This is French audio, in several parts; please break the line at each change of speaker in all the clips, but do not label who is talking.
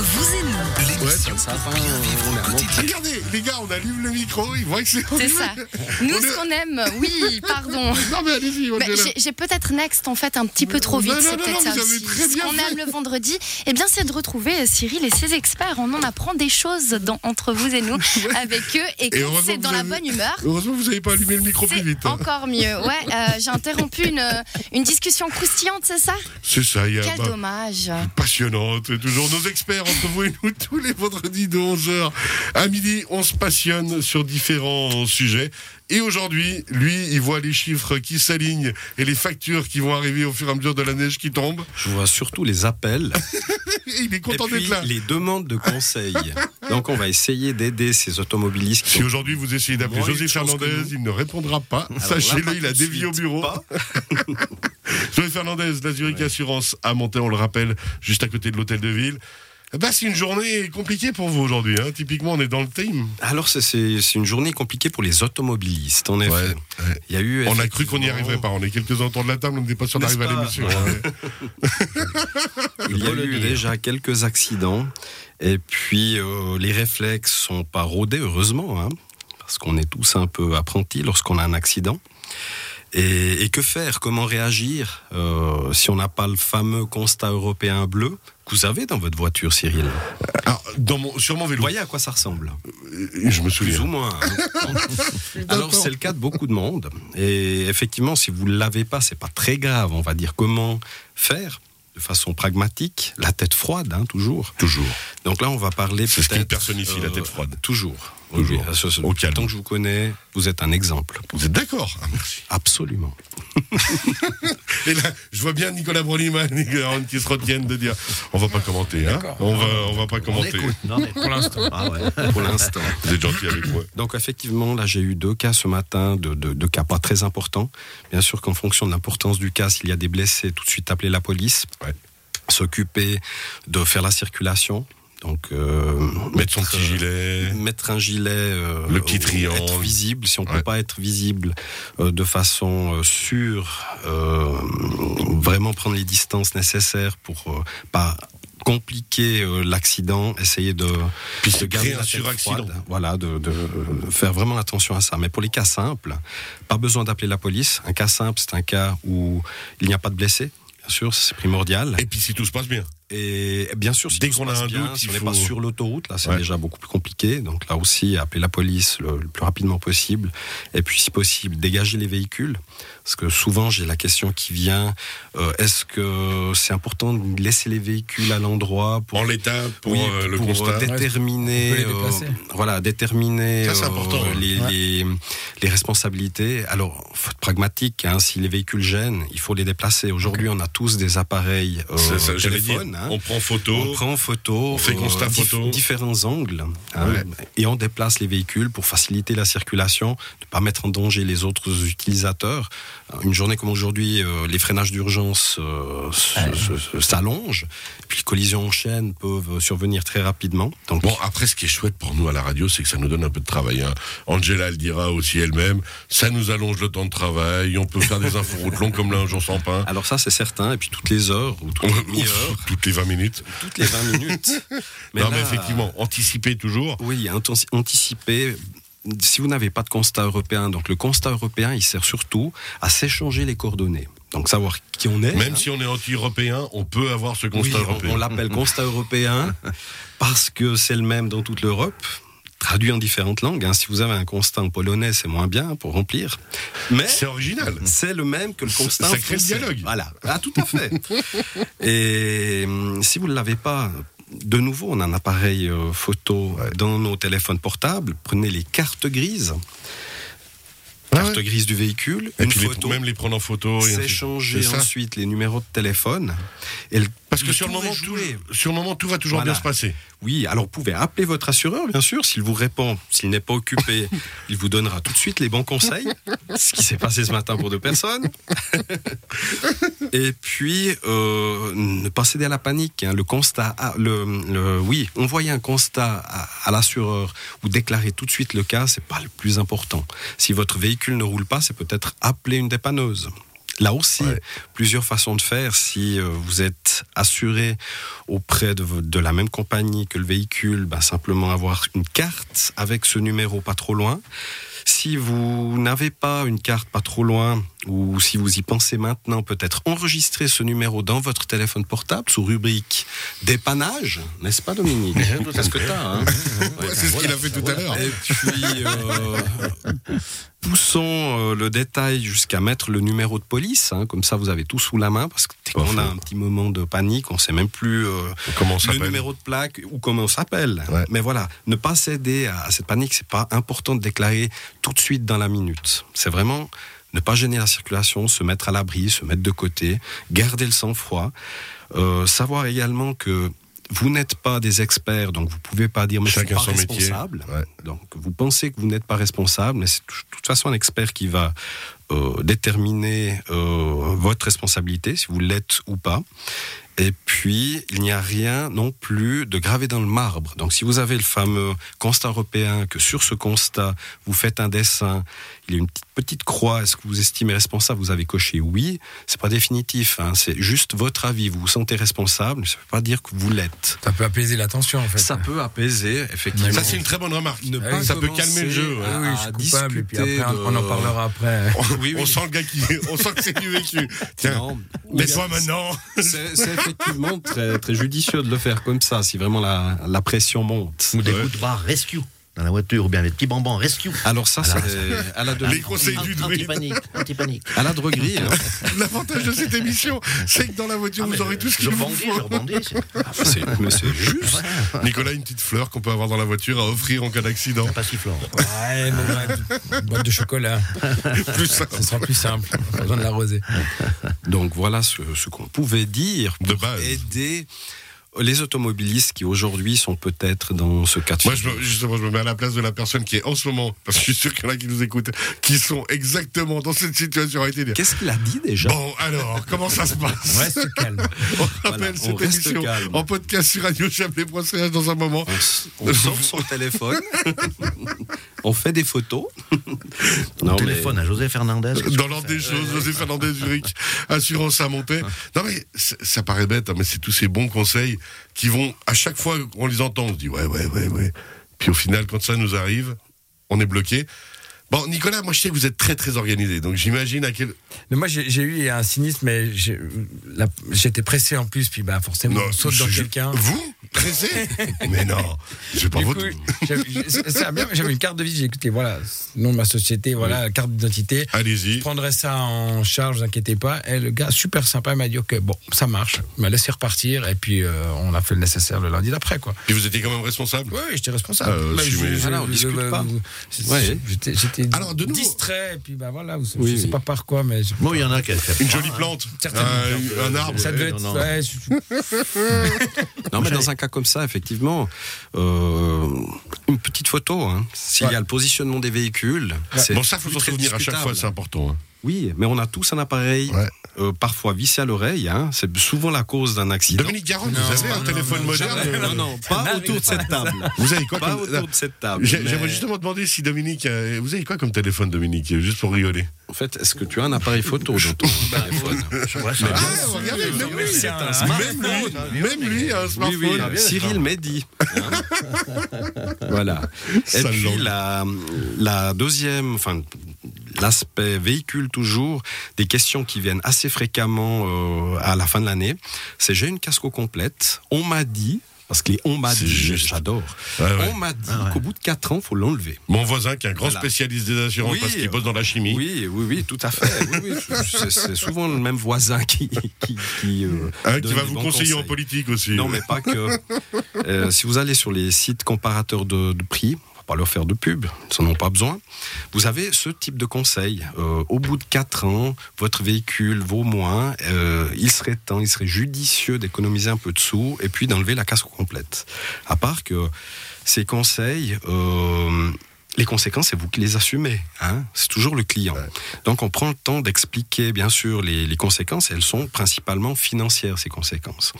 vous et nous.
L'émission pour bien vivre au quotidien.
Regardez, les gars, on allume le micro, ils voient que c'est
C'est ça. Nous, ce qu'on aime, oui, pardon.
Non, mais allez-y,
Bah,
Angela.
j'ai- J'ai peut-être next en fait un petit peu trop vite,
Non, non,
c'est
non, non,
peut-être ça
vous avez
aussi.
très
Ce
bien
qu'on
fait.
aime le vendredi, eh bien c'est de retrouver Cyril et ses experts. On en apprend des choses dans- entre vous et nous avec eux et
Et
quand
heureusement
c'est
que
dans
vous
la
avez-
bonne humeur.
Heureusement, vous n'avez pas allumé le micro plus
C'est
vite. hein.
encore mieux. Ouais, euh, j'ai interrompu une, euh, une discussion croustillante, c'est ça
C'est ça, il y a
Quel
bah,
dommage.
passionnante. Toujours nos experts entre vous et nous tous les vendredis de 11h à midi. On se passionne sur différents sujets. Et aujourd'hui, lui, il voit les chiffres qui s'alignent et les factures qui vont arriver au fur et à mesure de la neige qui tombe.
Je vois surtout les appels
Et il est
et
Ah, content
puis
d'être là.
les demandes de conseils. Donc on va essayer d'aider ces automobilistes qui
Si
ont
aujourd'hui vous essayez d'appeler
Moins de
José
chance que
Fernandez,
nous.
il ne répondra pas.
Alors là, pas
Sachez-le, il a
tout de
dévié au
suite,
bureau.
pas.
Joël Fernandez, la Zurich Assurance à Monté, on le rappelle, juste à côté de l'hôtel de ville. Eh ben, c'est une journée compliquée pour vous aujourd'hui. hein. Typiquement, on est dans le team.
Alors c'est- c'est c'est une journée compliquée pour les automobilistes. En effet, il y a eu.
On a cru qu'on n'y
effectivement,
arriverait pas. On est quelques-uns autour de la table, on n'était pas sûr
N'est-ce
d'arriver à
pas
l'émission.
Il y a eu déjà quelques accidents. Et puis euh, les réflexes sont pas rodés heureusement, hein, parce qu'on est tous un peu apprentis lorsqu'on a un accident. Et, et que faire Comment réagir euh, si on n'a pas le fameux constat européen bleu que vous avez dans votre voiture, Cyril
Alors, dans mon- sur mon
Vous
vélo,
voyez à quoi ça ressemble
euh, je me
Plus ou
souviens.
moins. hein. Alors c'est le cas de beaucoup de monde. Et effectivement, si vous ne l'avez pas, c'est pas très grave. On va dire comment faire de façon pragmatique, la tête froide, hein, toujours.
Toujours.
Donc là, on va parler
C'est ce
peut-être. euh,
qui personnifie, la tête froide.
Toujours.
Toujours.
Oui, ce- ce-
Au calme.
Tant que je vous connais, vous êtes un exemple.
Vous êtes d'accord Ah, Merci.
Absolument.
Et là, je vois bien Nicolas Broliman et Aaron qui se retiennent de dire on va pas commenter. Hein. On va, on va pas commenter.
Non, mais pour l'instant.
Pour l'instant.
Vous êtes gentil avec moi.
Ah Donc effectivement, là j'ai eu deux cas ce matin, de, de- de cas pas très importants. Bien sûr qu'en fonction de l'importance du cas, s'il y a des blessés, tout de suite appeler la police,
Ouais.
s'occuper de faire la circulation. Donc euh,
Mettre son petit
euh,
gilet.
mettre un gilet, euh,
Le petit
ou
triangle.
être visible. Si on
Ouais.
peut pas être visible euh, de façon euh, sûre, euh, vraiment prendre les distances nécessaires pour euh, pas compliquer euh, l'accident, essayer de,
Puis
de
se
garder
créer
la
un
tête
suraccident.
froide. Voilà, de, de, euh, faire vraiment attention à ça. Mais pour les cas simples, pas besoin d'appeler la police. Un cas simple, c'est un cas où il n'y a pas de blessé. Bien sûr, c'est primordial.
Et puis si tout se passe bien.
Et bien sûr, si
Dès
tout se
qu'on a
passe
un
bien,
doute,
si
il
on n'est
faut-
pas sur l'autoroute, là c'est
Ouais.
déjà beaucoup plus compliqué. Donc là aussi, appeler la police le, le plus rapidement possible. Et puis, si possible, dégager les véhicules. Parce que souvent, j'ai la question qui vient euh, est-ce que c'est important de laisser les véhicules à l'endroit pour
En l'état, pour
oui,
euh, le
pour,
constat.
euh, déterminer,
On peut les
euh,
déplacer.
voilà, déterminer euh,
Ça, c'est important, ouais.
les,
Ouais.
les- les responsabilités. Alors, faut être pragmatique. hein, si les véhicules gênent, il faut les déplacer. Aujourd'hui, on a tous des appareils euh,
Ça, ça, j'allais dire,
téléphones. hein.
On prend photo.
On prend photo,
on fait constat photo.
différents angles, hein,
Ouais.
et on déplace les véhicules pour faciliter la circulation, ne pas mettre en danger les autres utilisateurs. Une journée comme aujourd'hui, euh, les freinages d'urgence euh, se- se- se- s'allongent, puis les collisions en chaîne peuvent survenir très rapidement. Donc,
Bon, après, ce qui est chouette pour nous à la radio, c'est que ça nous donne un peu de travail. hein. Angela le dira aussi elle-même. Ça nous allonge le temps de travail. On peut faire des inforoutes longues comme là, un jour sans pain.
alors ça, c'est certain. Et puis toutes les heures ou toutes les demi-heures,
Ouf, toutes les 20 minutes.
toutes les 20 minutes.
non,
là,
mais effectivement, anticiper toujours.
Oui, anti- anticiper. Si vous n'avez pas de constat européen, donc le constat européen, il sert surtout à s'échanger les coordonnées. Donc savoir qui on est.
Même
hein.
si on est anti-européen, on peut avoir ce
Oui,
constat
on-
européen.
on, l'appelle constat européen parce que c'est le même dans toute l'Europe. Traduit en différentes langues. hein. Si vous avez un constat en polonais, c'est moins bien pour remplir. Mais
C'est original.
c'est le même que le
Ça-
constat.
ça
en
crée le
français.
Mm. dialogue.
Voilà, ah, tout à fait. Et hum, si vous ne l'avez pas, de nouveau, on a un appareil euh, photo dans nos téléphones portables. Prenez les cartes grises, cartes grises du véhicule,
Ah Et
une
puis les-
photo.
même les prendre en photo. et ainsi de suite.
S'échanger
C'est ça.
ensuite les numéros de téléphone. Et le-
Parce que sur le,
tour
moment,
est joué.
tout, sur le moment, tout va toujours
Voilà.
bien se passer.
Oui, alors vous pouvez appeler votre assureur, bien sûr. S'il vous répond, s'il n'est pas occupé, il vous donnera tout de suite les bons conseils. Ce qui s'est passé ce matin pour deux personnes. Et puis, euh, ne pas céder à la panique. hein. Le constat, ah, le, le- oui, envoyer un constat à, à l'assureur ou déclarer tout de suite le cas, c'est pas le plus important. Si votre véhicule ne roule pas, c'est peut-être appeler une dépanneuse. Là aussi,
Ouais.
plusieurs façons de faire. Si euh, vous êtes assuré auprès de, vo- de la même compagnie que le véhicule, ben, simplement avoir une carte avec ce numéro pas trop loin. Si vous n'avez pas une carte pas trop loin, ou si vous y pensez maintenant, peut-être enregistrer ce numéro dans votre téléphone portable sous rubrique dépannage, n'est-ce pas Dominique C'est ce que t'as, hein
Ouais, c'est ce qu'il a fait tout à l'heure.
et puis, euh, poussons euh, le détail jusqu'à mettre le numéro de police. hein, comme ça, vous avez tout sous la main. Parce que dès
Pas
qu'on a
faux.
un petit moment de panique, on ne sait même plus euh,
Comment ça
le numéro de plaque ou comment on s'appelle.
Ouais.
Mais voilà, ne pas céder à, à cette panique. C'est pas important de déclarer tout de suite dans la minute. C'est vraiment ne pas gêner la circulation, se mettre à l'abri, se mettre de côté, garder le sang-froid. Euh, savoir également que vous n'êtes pas des experts, donc vous pouvez pas dire mais
Chacun
je suis pas
son métier.
responsable.
Ouais.
Donc vous pensez que vous n'êtes pas responsable, mais c'est de toute façon un expert qui va euh, déterminer euh, votre responsabilité, si vous l'êtes ou pas. Et puis, il n'y a rien non plus de gravé dans le marbre. Donc, si vous avez le fameux constat européen, que sur ce constat, vous faites un dessin, il y a une petite, petite croix, est-ce que vous estimez responsable Vous avez coché oui. C'est pas définitif, hein, c'est juste votre avis. Vous vous sentez responsable, mais ça ne veut pas dire que vous l'êtes.
Ça peut apaiser la tension, en fait.
Ça peut apaiser, effectivement.
Mais
Ça, c'est une très bonne remarque.
Ne
Ah
pas
oui,
ça peut
commencer
calmer le jeu, ouais.
Ah
à-
oui, je suis
à
coupable, et puis après,
discuter de-
on en parlera après.
Oui, oui.
On sent le gars qui. On sent que c'est du vécu. Tiens,
Non.
mets-toi maintenant.
C'est c'est effectivement très, très judicieux de le faire comme ça, si vraiment la, la pression monte.
Ou des
Ouais.
coups de barre rescue dans la voiture, ou bien les petits bonbons rescue.
Alors ça,
Alors,
c'est à la
Les
droguerie.
conseils du druide.
Anti-panique, anti-panique.
À la droguerie. hein.
L'avantage de cette émission, c'est que dans la voiture,
Ah, mais
vous aurez tout ce
je
qu'il vous
rebondis, je
faut.
rebondis. c'est-
C'est mais c'est juste.
Nicolas, une petite fleur qu'on peut avoir dans la voiture à offrir en cas d'accident.
Pas sifflant.
Ouais, mais ouais, une boîte de chocolat,
Plus simple.
ce sera plus simple. Pas besoin de l'arroser.
Donc voilà ce, ce qu'on pouvait dire
De base.
aider les automobilistes qui aujourd'hui sont peut-être dans ce cas de
Moi, je
figure.
me, justement, je me mets à la place de la personne qui est en ce moment, parce que je suis sûr qu'il y en a qui nous écoutent, qui sont exactement dans cette situation. Arrêtez de dire.
Qu'est-ce qu'il a dit déjà
Bon, alors, comment ça se passe
Reste calme.
On rappelle
Voilà, on
cette
reste
émission
calme.
en podcast sur Radio Chablais.ch dans un moment.
On s- On sort son téléphone, on fait des photos. Non,
Au
mais-
téléphone à José Fernandez. qu'est-ce
Dans
que
l'ordre
tu
des choses, José Fernandez Zurich, assurance à monter. Non mais c'est- ça paraît bête, hein, mais c'est tous ces bons conseils qui vont à chaque fois qu'on les entend, on se dit ouais ouais ouais ouais. Puis au final, quand ça nous arrive, on est bloqué. Bon, Nicolas, moi je sais que vous êtes très très organisé, donc j'imagine à quel.
Mais moi, j'ai j'ai eu un cynisme, mais j'ai- la- j'étais pressé en plus, puis bah, forcément, on saute dans
je-
quelqu'un.
Vous pressé Mais non, c'est pas
Du
votre.
coup, j'avais- j'ai- c'est- c'est bien, j'avais une carte de visite, j'ai écouté, voilà, nom de ma société, voilà, carte d'identité. Je
Allez-y.
prendrai ça en charge, vous inquiétez pas. Et le gars, super sympa, il m'a dit, ok, bon, ça marche. Il m'a laissé repartir, et puis euh, on a fait le nécessaire le lundi d'après, quoi.
Et vous étiez quand même responsable.
Oui, j'étais responsable.
Euh,
Bah,
si, mais-
Voilà, on discute pas.
je-
Ouais.
J'étais, j'étais
Alors, de nouveau-
distrait, et puis bah voilà, vous- je
Oui,
sais
oui.
pas par quoi, mais. je-
Bon, il y en a qui fait.
Une
Ah,
jolie plante,
Certainement.
un, un arbre.
Ça devait
non,
être.
non.
ouais, je- je-
Non, mais
J'avais-
dans un cas comme ça, effectivement, euh, une petite photo. hein. S'il
Ouais.
y a le positionnement des véhicules, c'est
Bon, ça faut s'en
très
souvenir à chaque fois,
discutable.
c'est important. hein.
Oui, mais on a tous un appareil,
Ouais.
euh, parfois vissé à l'oreille. hein. C'est souvent la cause d'un accident.
Dominique Garonne,
Non,
vous avez un
non,
téléphone
non,
moderne
jamais.
non, non,
Ça
pas
n'arrive
autour de
pas.
cette table.
Vous avez quoi
Pas
comme...
autour de cette table.
J'ai-
Mais-
J'aimerais justement demander si Dominique, euh, vous avez quoi comme téléphone, Dominique, euh, juste pour rigoler
En fait, est-ce que tu as un appareil photo dans ton téléphone
Je vois ça.
Ah, regardez,
Non,
même
mais
lui,
c'est un
même lui, même lui a un
Oui,
smartphone.
oui,
Ah, bien,
Cyril
d'accord.
Mehdi. hein. voilà. Et
Hein Sale
puis
langue.
la, la deuxième, enfin, l'aspect véhicule toujours, des questions qui viennent assez fréquemment euh, à la fin de l'année, c'est j'ai une casco complète, on m'a dit, parce que les on m'a
C'est
dit,
juste.
j'adore,
Ouais, ouais.
on m'a dit
Ah ouais.
qu'au bout de 4 ans, faut l'enlever.
Mon voisin qui est un grand
Voilà.
spécialiste des assurances
Oui. euh,
parce qu'il bosse dans la chimie.
Oui, oui, oui, tout à fait. Oui, oui, c'est- c'est souvent le même voisin qui, qui, qui, euh,
Hein, qui
donne
va
des
vous
bons
conseiller en
conseils.
politique aussi.
Non, mais pas que. Euh, si vous allez sur les sites comparateurs de, de prix, on va pas leur faire de pub, ils n'en ont pas besoin. Vous avez ce type de conseil. Euh, au bout de 4 ans, votre véhicule vaut moins. euh, il serait temps, il serait judicieux d'économiser un peu de sous et puis d'enlever la casque complète. À part que ces conseils. euh, les conséquences, c'est vous qui les assumez. hein. c'est toujours le client. Donc, on prend le temps d'expliquer, bien sûr, les, les conséquences. Elles sont principalement financières, ces conséquences.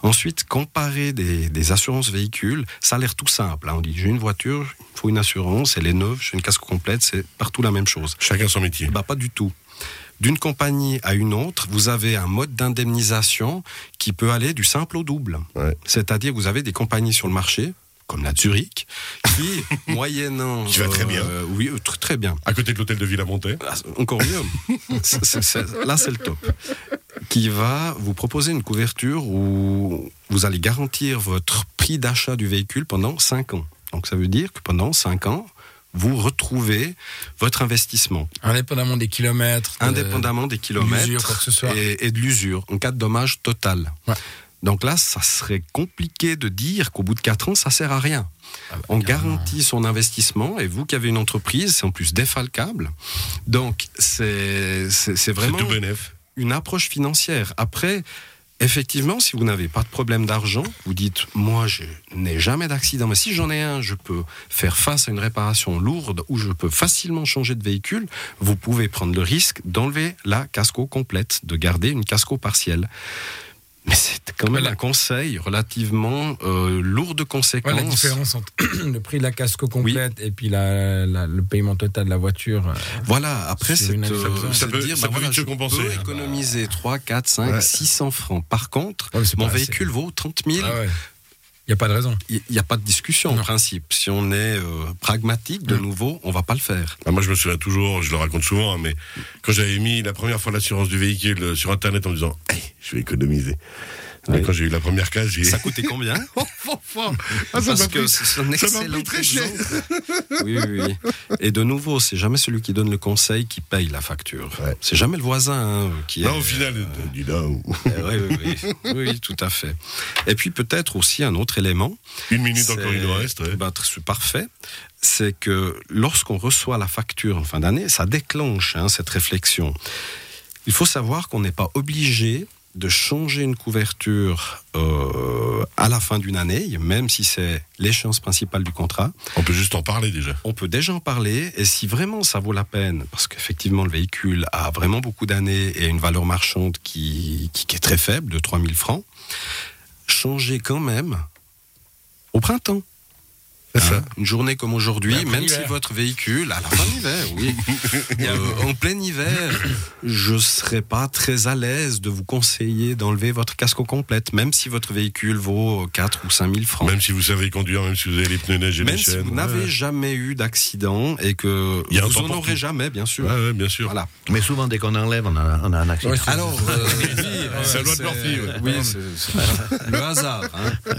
Ensuite, comparer des, des assurances véhicules, ça a l'air tout simple. hein. On dit j'ai une voiture, il faut une assurance, elle est neuve, j'ai une casque complète, c'est partout la même chose.
Chacun son métier.
Bah, pas du tout. D'une compagnie à une autre, vous avez un mode d'indemnisation qui peut aller du simple au double.
Ouais.
C'est-à-dire, vous avez des compagnies sur le marché, comme la de Zurich, qui, moyennant.
Qui va très bien.
euh, oui, euh, tr- très bien.
À côté de l'hôtel de Villa Montaigne.
Ah, Encore mieux. C'est- c'est- c'est- là, c'est le top. Qui va vous proposer une couverture où vous allez garantir votre prix d'achat du véhicule pendant 5 ans. Donc, ça veut dire que pendant 5 ans, vous retrouvez votre investissement,
Indépendamment des kilomètres. de-
indépendamment des
l'usure, Euh, quoi que
kilomètres
ce soit.
et, et de l'usure, en cas de dommage total.
Ouais.
Donc là, ça serait compliqué de dire qu'au bout de 4 ans, ça sert à rien.
Ah bah,
On
carrément.
garantit son investissement et vous qui avez une entreprise, c'est en plus défalcable. Donc c'est c'est- c'est
C'est
vraiment
tout bénef.
une approche financière. Après, effectivement, si vous n'avez pas de problème d'argent, vous dites moi je n'ai jamais d'accident, mais si j'en ai un, je peux faire face à une réparation lourde ou je peux facilement changer de véhicule. Vous pouvez prendre le risque d'enlever la casco complète, de garder une casco partielle. Mais c'est quand même
Voilà.
un conseil relativement euh, lourd de
Ouais,
conséquences.
la différence entre le prix de la casco complète et puis la- la- le paiement total de la voiture. euh,
Voilà, après,
Sur
c'est
une
euh,
acceptance.
c'est
Ça peut- ça peut vite se
je
compenser.
peux
Ah bah.
économiser 3, 4, 5,
Ouais.
600 francs. Par contre,
Ouais, mais c'est
mon
Bah,
pas assez.
véhicule vaut 30 000.
Ah ouais. Il n'y a pas de raison.
Il n'y a pas de discussion en
Non.
principe. Si on est euh, pragmatique, de
Mm.
nouveau, on va pas le faire.
Ah, moi, je me souviens toujours, je le raconte souvent, hein, mais quand j'avais mis la première fois l'assurance du véhicule euh, sur Internet en me disant, hey, je vais économiser. Mais Quand j'ai eu la première case, j'ai.
Ça coûtait combien
Ah, ça m'a
Parce
pris-
que c'est un
ça m'a
excellent
pris très cher.
exemple. Oui, oui, oui. Et de nouveau, c'est jamais celui qui donne le conseil qui paye la facture.
Ouais.
C'est jamais le voisin hein, qui
Non,
est-
au final, dis donc.
Euh, oui, oui, oui. oui, tout à fait. Et puis peut-être aussi un autre élément,
Une minute encore,
C'est-
il nous reste. ouais.
bah, tr- c'est parfait. C'est que lorsqu'on reçoit la facture en fin d'année, ça déclenche hein, cette réflexion. Il faut savoir qu'on n'est pas obligé de changer une couverture euh, à la fin d'une année, même si c'est l'échéance principale du contrat.
On peut juste en parler déjà.
On peut déjà en parler, et si vraiment ça vaut la peine, parce qu'effectivement le véhicule a vraiment beaucoup d'années et une valeur marchande qui, qui- qui est très faible, de 3000 francs, changer quand même au printemps. Hein,
C'est ça.
Une journée comme aujourd'hui,
Après
même si
l'hiver.
votre véhicule, à la fin de l'hiver, oui, Euh, en plein hiver, je ne serais pas très à l'aise de vous conseiller d'enlever votre casque au complète, même si votre véhicule vaut 4 ou 5000 francs.
Même si vous savez conduire, même si vous avez les pneus neige et
Même
les
si
chaînes.
vous n'avez
ouais.
jamais eu d'accident et que
Il y a un
vous
temps
en
pour
aurez
tout.
jamais, bien sûr.
Ouais, ouais, bien sûr.
Voilà.
Mais souvent, dès qu'on enlève, on a, on a un accident.
Ouais, c'est-
Alors, euh, oui,
c'est la loi de
c'est- euh,
Murphy, ouais.
Oui, c'est- c'est- le hasard. hein.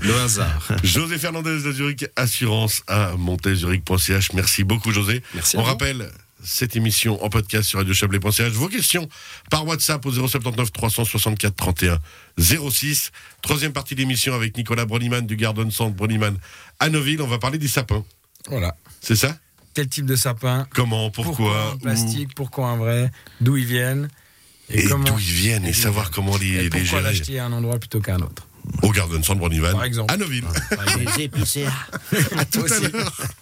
Le hasard.
José Fernandez de Zurich Assurance à montezurich.ch. Merci beaucoup, José.
Merci à
On
vous.
rappelle cette émission en podcast sur radiochablais.ch. Vos questions par WhatsApp au 079 364 31 06. Troisième partie de l'émission avec Nicolas Broniman du Garden Centre Broniman à Neuville. On va parler des sapins.
Voilà.
C'est ça
Quel type de sapin
Comment
Pourquoi
Pourquoi,
un
où,
plastique Pourquoi un vrai D'où ils viennent
Et
comment
d'où ils viennent et
et
savoir comment les,
et
les
pourquoi
gérer
l'acheter à un endroit plutôt qu'à un autre
au Garden Centre Broniman
Par exemple.
à Neuville.
Les épicéas.
Toi aussi.